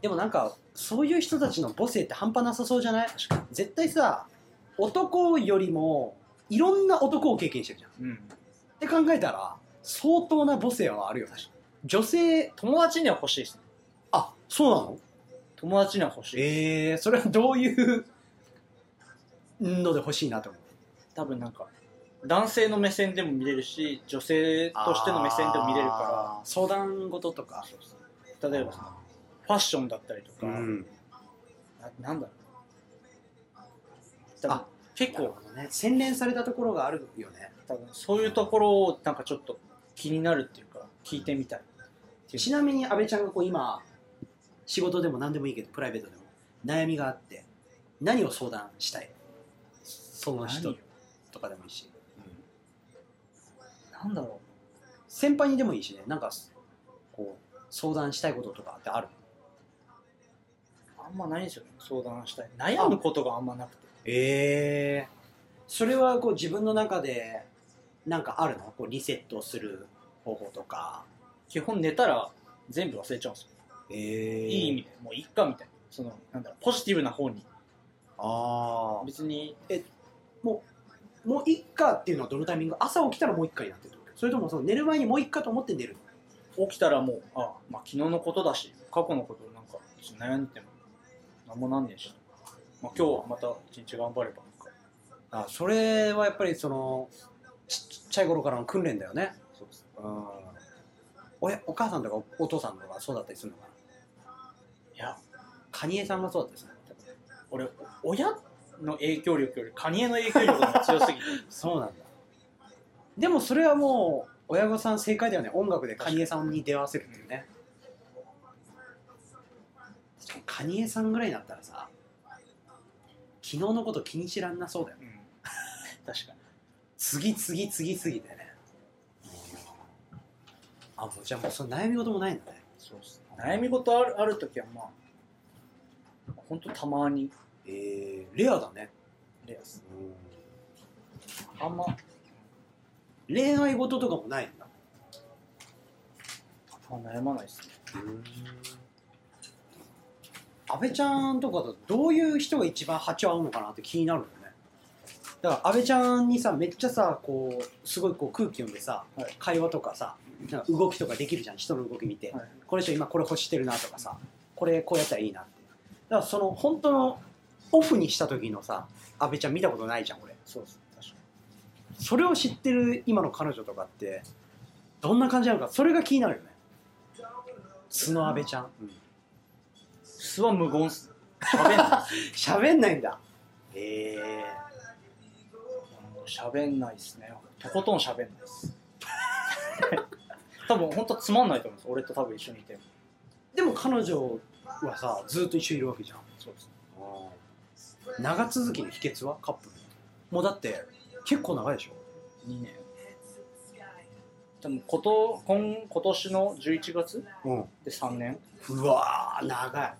でもなんかそういう人たちの母性って半端なさそうじゃない絶対さ男よりもいろんな男を経験してるじゃん
うん
って考えたら相当な母性はあるよね女性
友達には欲しいですね
あそうなの
友達には欲しい
ええそれはどういうので欲しいなと思う
多分なんか男性の目線でも見れるし女性 としての目線でも見れるか
あー相談事とから
例えばそのファッションだったりとか、
うん
ななんだろう多分
あ
結
なる
構
ほどね洗練されたところがあるよね
多分そういうところをなんかちょっと気になるっていうか聞いてみたいっていう
ちなみに阿部ちゃんがこう今仕事でも何でもいいけどプライベートでも悩みがあって何を相談したいその人
何
とかでもいいし、うん
なんだろ
先輩にでもいいしねなんかこう相談したいこととかってある
うあんまないんですよね相談したい悩むことがあんまなくて
ええそれはこう自分の中でなんかあるのこうリセットする方法とか
基本寝たら全部忘れちゃうんですよ、
ええ
いい意味でもういっかみたいなそのなんだろうポジティブな方に
ああ
別に
もういっかっていうのはどのタイミング朝起きたらもういっかになってるってことそれともその寝る前にもういっかと思って寝るの
起きたらもうあ、まあ、昨日のことだし過去のことなんか別に悩んでも何もなんねえし、まあ、今日はまた一日頑張ればなんか
あそれはやっぱりそのちちっちゃい頃からの訓練だよね
そうです
うんおやお母さんとかおお父さんとかそうだったりするのかない
や
カニエさんがそうだったりするの
俺お親の影響力よりカニエの影響力が強すぎ て
そうなんだでもそれはもう親御さん正解だよね音楽でカニエさんに出会わせるっていうね確かにカニエさんぐらいになったらさ昨日のこと気にしらんなそうだよね
うん確かに
次次次次でねあもうじゃあもうその悩み事もないんだね
そうっす悩み事あるある時はまあ本当たまに
えー、レアだね
レアっすあんま
恋愛事とかもないんだ
あんま悩まないですね
阿部ちゃんとかだとどういう人が一番波長合うのかなって気になるよねだから阿部ちゃんにさめっちゃさこうすごいこう空気読んでさ、
はい
会話とかさなんか動きとかできるじゃん人の動き見て、
はい
この人今これ欲してるなとかさこれこうやったらいいなってだからその本当のオフにした時のさ阿部ちゃん見たことないじゃん俺
そうっす確かに
それを知ってる今の彼女とかってどんな感じなのかそれが気になるよね素の阿部ちゃん
素は無言っす喋んないっす
喋んないんだへえ
うん喋んないっすねとことん喋んないっ す多分本当つまんないと思うんです俺と多分一緒にいても
でも彼女はさずっと一緒にいるわけじゃん
そうですね
長続きの秘訣はカップルもうだって結構長いでしょ
2年多分こと今今年の11月
うん
で3年
うわー長い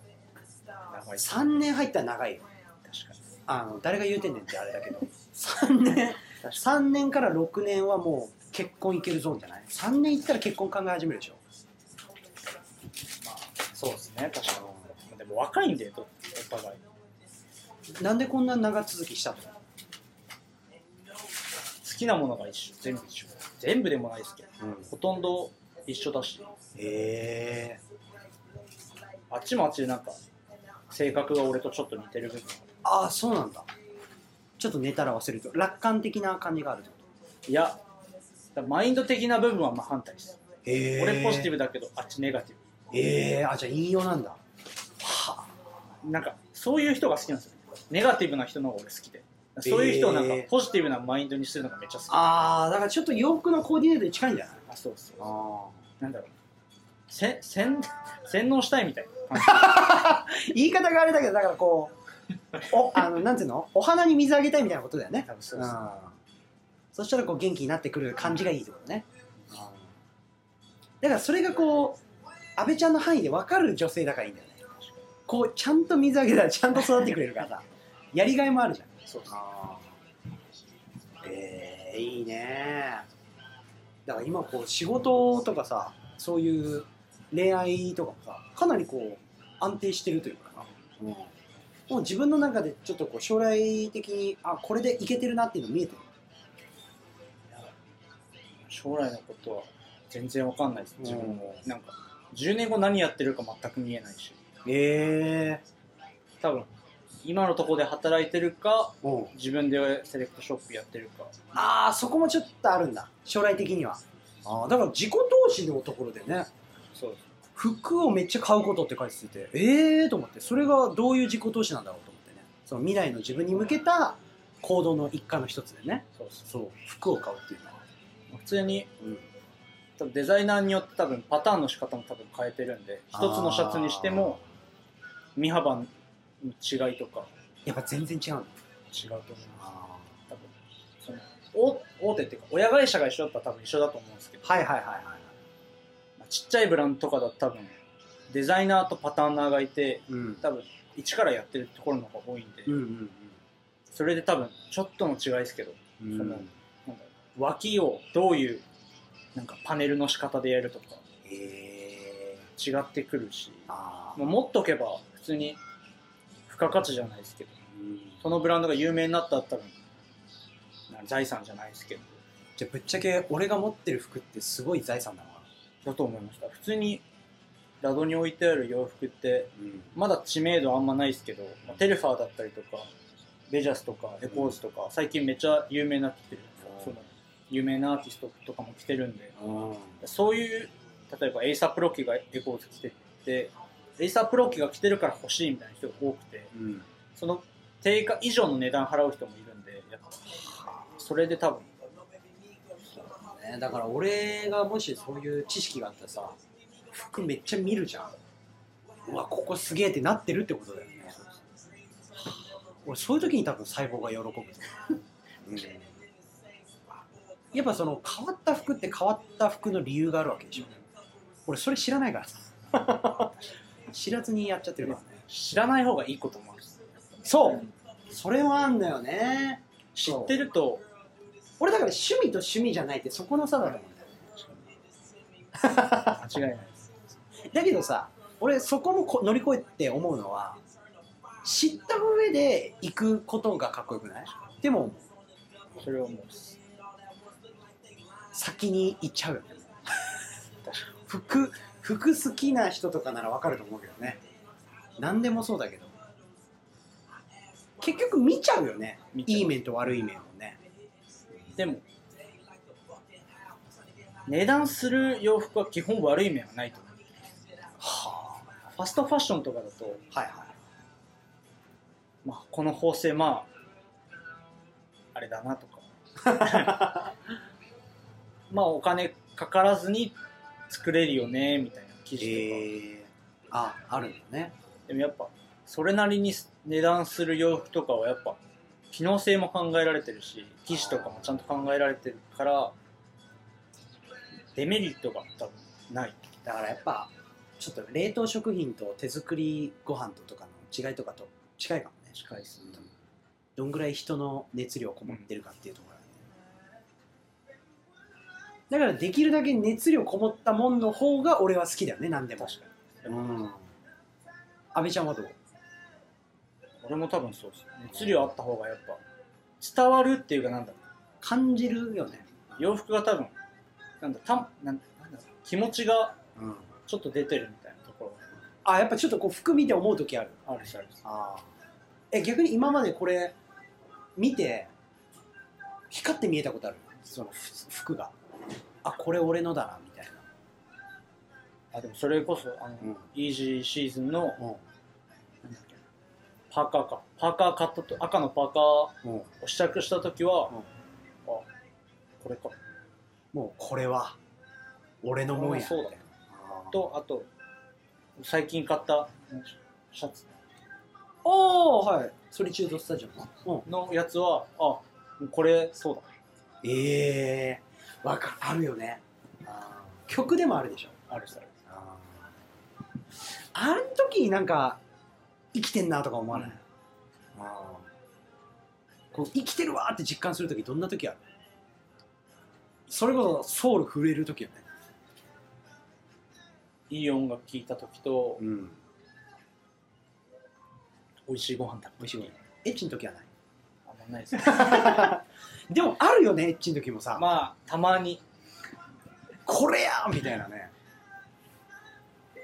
長いっす
3年入ったら長いよ
確かに
あの誰が言うてんねんってあれだけ ど3年3年から6年はもう結婚いけるゾーンじゃない3年いったら結婚考え始めるでしょ
そうですね、確かに。でも若いんだよ、お互い。
なんでこんな長続きしたの
好きなものが一緒、全部一緒。全部でもないですけど、ほとんど一緒だし、
えー、
あっちもあっちでなんか、性格が俺とちょっと似てる部分があ
ああそうなんだちょっと寝たら忘れると楽観的な感じがあるってこ
るいや、だからマインド的な部分はまあ反対です。
とえ
俺ポジティ
ブ
ブだけど、あっちネガティ
ええー、あじゃあ引用なんだ
ブ。なんか、そういう人が好きなんですよ。ネガティブな人の方が俺好きで。そういう人をなんか
えー、
ポジティブなマインドにするのがめっちゃ好き。
ああだからちょっと洋服のコーディネートに近いんじゃない
あ、そうそう。
あ
なんだろう。せ、せん、洗脳したいみたいな感じ。
言い方があれだけどだからこうおあのなんていうのお花に水あげたいみたいなことだよね
多分そううです
んそしたらこう元気になってくる感じがいいってことねだからそれがこう阿部ちゃんの範囲で分かる女性だからいいんだよねこうちゃんと水あげたらちゃんと育ってくれるからさやりがいもあるじゃん
そうです。
あーえー、いいねだから今こう仕事とかさそういう恋愛とかもさかなりこう安定してるというかな、うんもう自分の中でちょっとこう将来的にあこれでいけてるなっていうの見えてる
将来のことは全然わかんないです、自分も。
も
なんか、10年後何やってるか全く見えないし。
え
多分、今のところで働いてるか、
ー、うん
自分でセレクトショップやってるか。
ああそこもちょっとあるんだ将来的にはあーだから自己投資のところでね
そうです。
服をめっちゃ買うことって書いててええー、と思ってそれがどういう自己投資なんだろうと思ってねその未来の自分に向けた行動の一環の一つでね
そうです。
そう服を買うっていうのは、
普通に、
うん、
多分デザイナーによって多分パターンの仕方も多分変えてるんで、一つのシャツにしても、身幅の違いとか、
やっぱ全然違うんだ
違うと思います。
あ
多分そのお大手っていうか親会社が一緒だったら多分一緒だと思うんですけど、
ーはいはいはいは
まあちっちゃいブランドとかだと多分デザイナーとパターナーがいて
い、うん、
多分一からやってるところの方が多いんで、
うんうん
それで多分ちょっとの違いですけど
うん
そのなんだろう脇をどういうなんかパネルの仕方でやるとか
えー、
違ってくるし、
あー
まあ、持っとけば普通に付加価値じゃないですけど
うん
そのブランドが有名になったら多分なんか財産じゃないですけど
じゃあぶっちゃけ俺が持ってる服ってすごい財産だな、
だと思いました普通にラドに置いてある洋服って
うん、
まだ知名度あんまないですけど、まあテルファーだったりとかベジャスとかエコーズとか最近めっちゃ有名になってきてる
うん
その有名なアーティストとかも来てるんで
うん
そういう例えばエイサープロッキがエコーズ来ててエイサープロッキが来てるから欲しいみたいな人が多くて
うん、
その定価以上の値段払う人もいるんでやっぱそれで多分
ね、だから俺がもしそういう知識があったらさ服めっちゃ見るじゃんうわここすげえってなってるってことだよね俺そういう時に多分細胞が喜ぶと思う、うん、やっぱその変わった服って変わった服の理由があるわけでしょ俺それ知らないからさ知らずにやっちゃってるからね
知らない方がいいこともある
そうそれはあんだよね
知ってると
俺だから趣味と趣味じゃないってそこの差だと思うんだよね
間違いないです
だけどさ俺そこもこ乗り越えて思うのは知った上で行くことがかっこよくないでも
それはもう
先に行っちゃうよね服服好きな人とかならわかると思うけどね何でもそうだけど結局見ちゃうよね
見ちゃう
いい面と悪い面をね
でも値段する洋服は基本悪い面はないと思う
は
ファストファッションとかだと、
あはいはい
まあ、この縫製まああれだなとかまあお金かからずに作れるよねみたいな生地と
え
か、
ー、ああるんだね
でもやっぱそれなりに値段する洋服とかはやっぱ機能性も考えられてるし生地とかもちゃんと考えられてるからデメリットが多分ない
だからやっぱちょっと冷凍食品と手作りご飯ととかの違いとかと近いかもね
近いですね
どんぐらい人の熱量こもってるかっていうところだ,、ね、だからできるだけ熱量こもったもんの方が俺は好きだよね何でも
確か
うん阿部ちゃんはどう
俺も多分そうです熱量あった方がやっぱ伝わるっていうかなんだろ
感じるよね。
う洋服が多分なんだたなんなんだろう気持ちが
うん。
ちょっと出てるみたいなところ
あ、やっぱちょっとこう服見て思う時ある。
があるしあるし
ああ。え、逆に今までこれ見て光って見えたことある。そのふ服が。あ、これ俺のだなみたい
あでもそれこそあの、
うん
イージーシーズン
な。う
の
ん。
なんだっけパーカーかパーカー買ったと赤のパーカー
も
を試着した時は、
うん
あこれか
うもうこれは俺のもんや。
そうだね
ああ
とあと最近買ったシャツ
おおはいソリチュードスタジオの、
のやつはあもうこれそうだ
ええー、わかあるよね曲でもあるでしょ
あるしある
ああん時になんか生きてんなとか思わない、
うん
あーこう生きてるわーって実感する時どんな時あるそれこそソウル震える時よね
いい音楽聴いた時と、
ん
美味しいご飯
美
食べ
味
た
しい
時
もんエッチの時はない
あんまないですね
でもあるよねエッチの時もさ、
まあたまに
これやみたいなね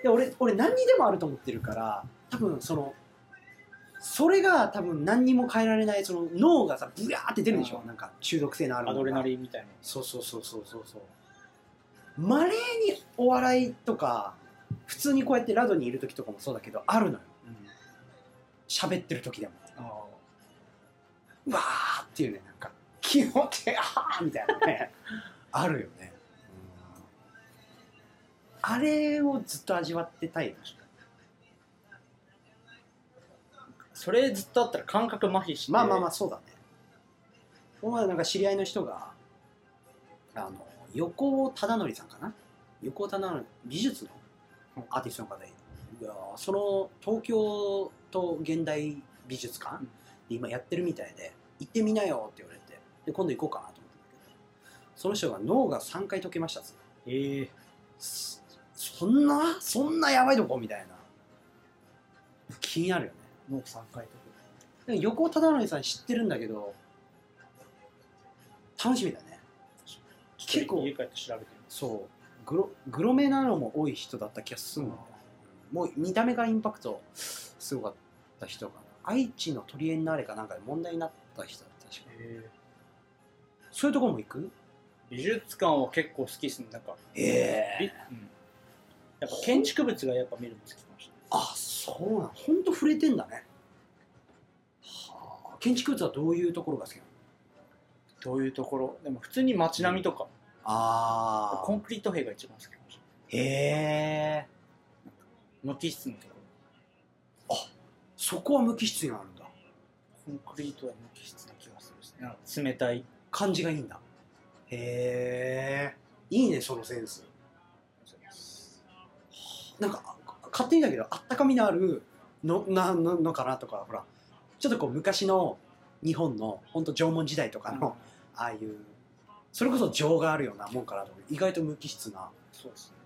で俺俺何にでもあると思ってるから多分そのそれが多分何にも変えられないその脳がさブヤーって出るでしょ
うん
なんか中毒性のあるも
ア
のが
ドレナリンみたいな
そうそうそうそうそうそうまれにお笑いとか普通にこうやってラドにいる時とかもそうだけどあるのよ喋ってる時でも
あ
うわーっていうねなんか気持ちいいあーみたいなねあるよね、うんあれをずっと味わってたい
ーそれずっとあったら感覚麻痺して
まあまあまあそうだねこの前なんか知り合いの人があの横尾忠則さんかな横尾忠則美術のアーティストの方にいやーその東京と現代美術館
うん
で今やってるみたいで行ってみなよって言われてで今度行こうかなと思ったんだけどその人が脳が3回溶けましたっつって
ええ
そそんなそんなやばいとこみたいな気になるよね
もう3回とか
でも横尾忠則さん知ってるんだけど楽しみだね
ちょっ
結
と
構
家帰って調べてみ
そうグログロめなのも多い人だった気がするんだよもう見た目がインパクトすごかった人かな愛知のトリエンナーレかなんかで問題になった人だった確か
る、え
そういうところも行く
美術館は結構好きですねなんか
え
びうんやっぱ建築物がやっぱ見るの好きかもし
あそうなのほんと触れてんだねはあ建築物はどういうところが好きなの
れないどういうところでも普通に街並みとか、
あ
コンクリート塀が一番好きかもしれ
へえ
ない無機質のとこ
そこは無機質になるんだ
ろコンクリートは無機質な気がするしねなんか冷たい
感じがいいんだへえいいねそのセンスなんかあ勝手にだけどあったかみのあるのなののかなとかほらちょっとこう昔の日本の本当縄文時代とかの、ああいうそれこそ情があるようなもんかなと思う意外と無機質な
そうですね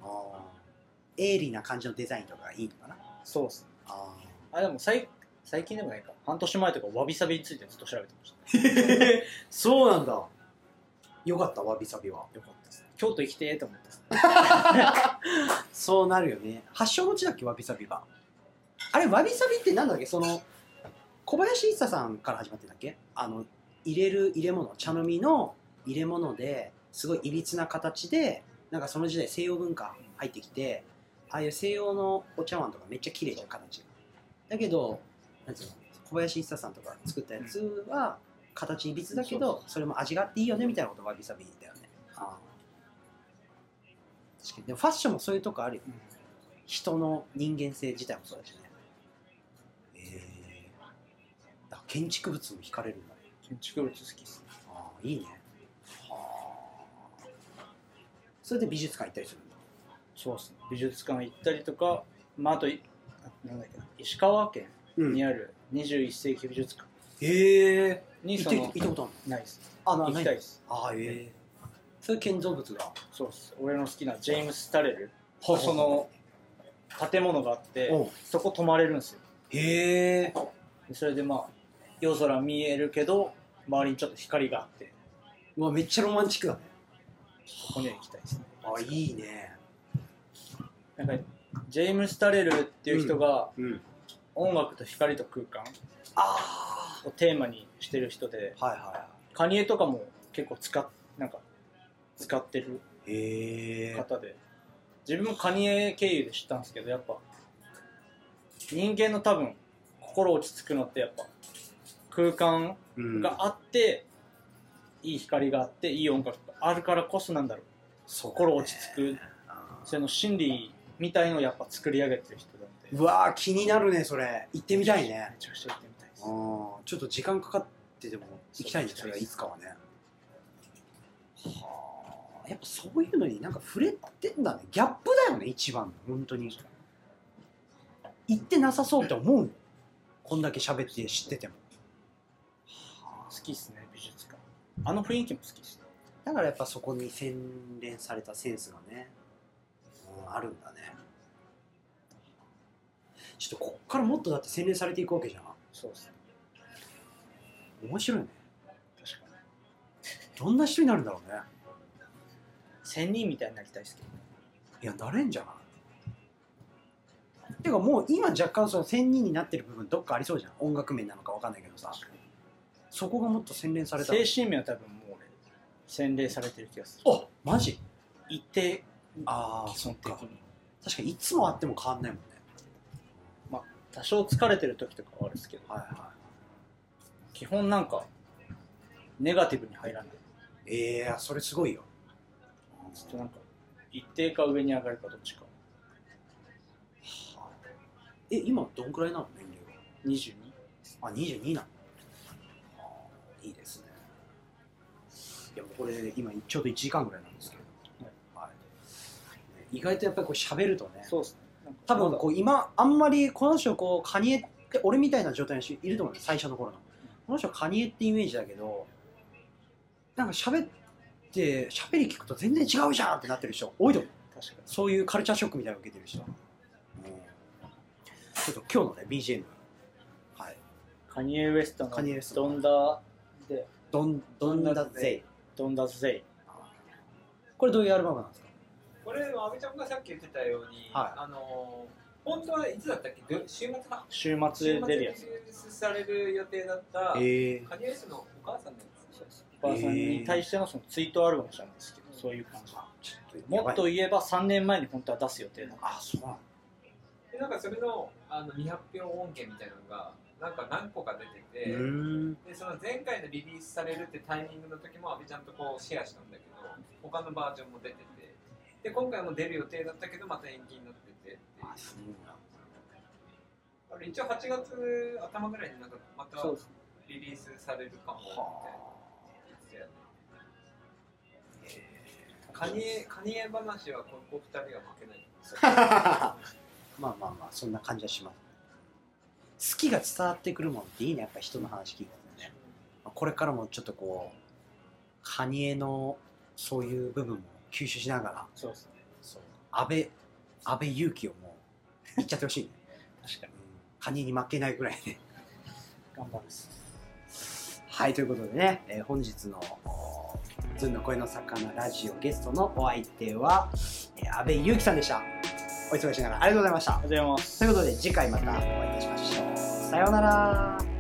鋭利な感じのデザインとかがいいのかな
そうですね
あ
あでも最最近でもないか半年前とかわびさびについてずっと調べてました、ね、
そうなんだよかったわびさびは
よかったですね京都行きてえと思ってた
そうなるよね発祥の地だっけわびさびがあれわびさびってなんだっけその小林一茶さんから始まってんだっけあの入れる入れ物茶飲みの入れ物ですごいいびつな形でなんかその時代西洋文化入ってきてああいう西洋のお茶碗とかめっちゃ綺麗じゃん形がだけどなんつうの小林一茶さんとか作ったやつは形いびつだけどそれも味があっていいよねみたいなことわびさびだよねあ確かにでもファッションもそういうとこあるよね人の人間性自体もそうだしねええだから建築物に惹かれるんだね
建築物好きですね
ああいいねはあそれで美術館行ったりするんだ
そうですね美術館行ったりとか、まあ、あといあなんだっけな石川県
うん
にある21世紀美術館
へえ
に
行っ
そ
て
の
行ったことある
ないです
あな
行きたい
い
です
ああええそういう建造物が
そうです俺の好きなジェームス・タレル
はい
その建物があって
おう
そこ泊まれるんですよ
へえ
でそれでまあ夜空見えるけど周りにちょっと光があって
うわめっちゃロマンチックだね
ここには行きたいですね
あいいね
なんかジェームス・タレルっていう人が
うん
音楽と光と空間
あ
をテーマにしてる人で
あはいは
カニエとかも結構使っなんか使ってる
いへえ
方で自分もカニエ経由で知ったんですけどやっぱ人間の多分心落ち着くのってやっぱ空間
うん
があって、いい光があっていい音楽があるからこそなんだろう
そう
心落ち着く
あー
その心理みたいのをやっぱ作り上げてる人なんで
うわー気になるねそれ行ってみたいね
めちゃくちゃ行ってみたいです
うんちょっと時間かかってでも行きたいねそれはいつかはねはあやっぱそういうのになんか触れてんだねギャップだよね一番の本当に行ってなさそうって思うよこんだけ喋って知ってても
好きっすね美術館あの雰囲気も好きっすね
だからやっぱそこに洗練されたセンスがね、うん、あるんだねちょっとこっからもっとだって洗練されていくわけじゃん
そうですね
面白いね
確かに
どんな人になるんだろうね
仙人みたいになりたいですけどね
いやなれんじゃないてかもう今若干その1000人になってる部分どっかありそうじゃん音楽面なのかわかんないけどさそこがもっと洗練されたら
精神面は多分もう俺洗礼されてる気がする
あマジ
一定
ああ
基
そ
本
っ
的
か
に
確かにいつもあっても変わんないもんね
多少疲れてる時とかはあるんですけど
はいはい
基本なんかネガティブに入らない
ええそれすごいよ
ちょっとなんか一定か上に上がるかどっちか
え今どんくらいなの年齢はあ、
22
22なのいいですね。いや、もうこれ、今、ちょうど1時間ぐらいなんですけど、はい、意外とやっぱりこう喋るとね、
そうっすねなんか
多分こう今、あんまりこの人、こう、カニエって、俺みたいな状態の人いると思うね、最初の頃の。この人、カニエってイメージだけど、なんか喋って、喋り聞くと全然違うじゃんってなってる人、多いと思う。
確か
そういうカルチャーショックみたいなのを受けてる人。うんちょっと今日のね、BGM、はい、
にカニエ・ウエストの
カニエウエスト
ドンダで
どん、どんだぜい。
ドンダ・ゼイ
これどういうアルバムなんですか
これ、阿部ちゃんがさっき言ってたように、
はい
あのー本当はいつだったっけど週末か
週末
週
で
末
出る
に
や
リ
つ
リースされる予定だった、
え
カニエウエストのお母さんのやつ
お母さんに対してのそのツイートアルバムなんですけどそういう感じ
ちょっと
もっと言えば3年前に本当は出す予定だ
あそうなの
でなんかそれのあの未発表音源みたいなのがなんか何個か出てて、
うーん
でその前回のリリースされるってタイミングの時も阿部ちゃんとこうシェアしたんだけど他のバージョンも出ててで今回も出る予定だったけどまた延期になっててっていう
あそうなの
あれ一応8月頭ぐらいになんかまた
そうですね
リリースされるかもみたい
は
なやつでカニエカニエ話はこの2人は負けない
あまあまあまあそんな感じはします好きが伝わってくるもんっていいねやっぱ人の話聞いててねまあこれからもちょっとこうカニエのそういう部分も吸収しながら
そうですね
そう安倍安倍勇気をもういっちゃってほし いね、
確か
う
に
んカニエに負けないぐらいね
頑張るっす
はい、ということでね、えー本日のおーずんの声の魚ラジオゲストのお相手は、えー、安倍祐樹さんでした。お忙しい中ありがとうございました。
ありがとうございます
ということで次回またお会いいたしましょう。さようなら。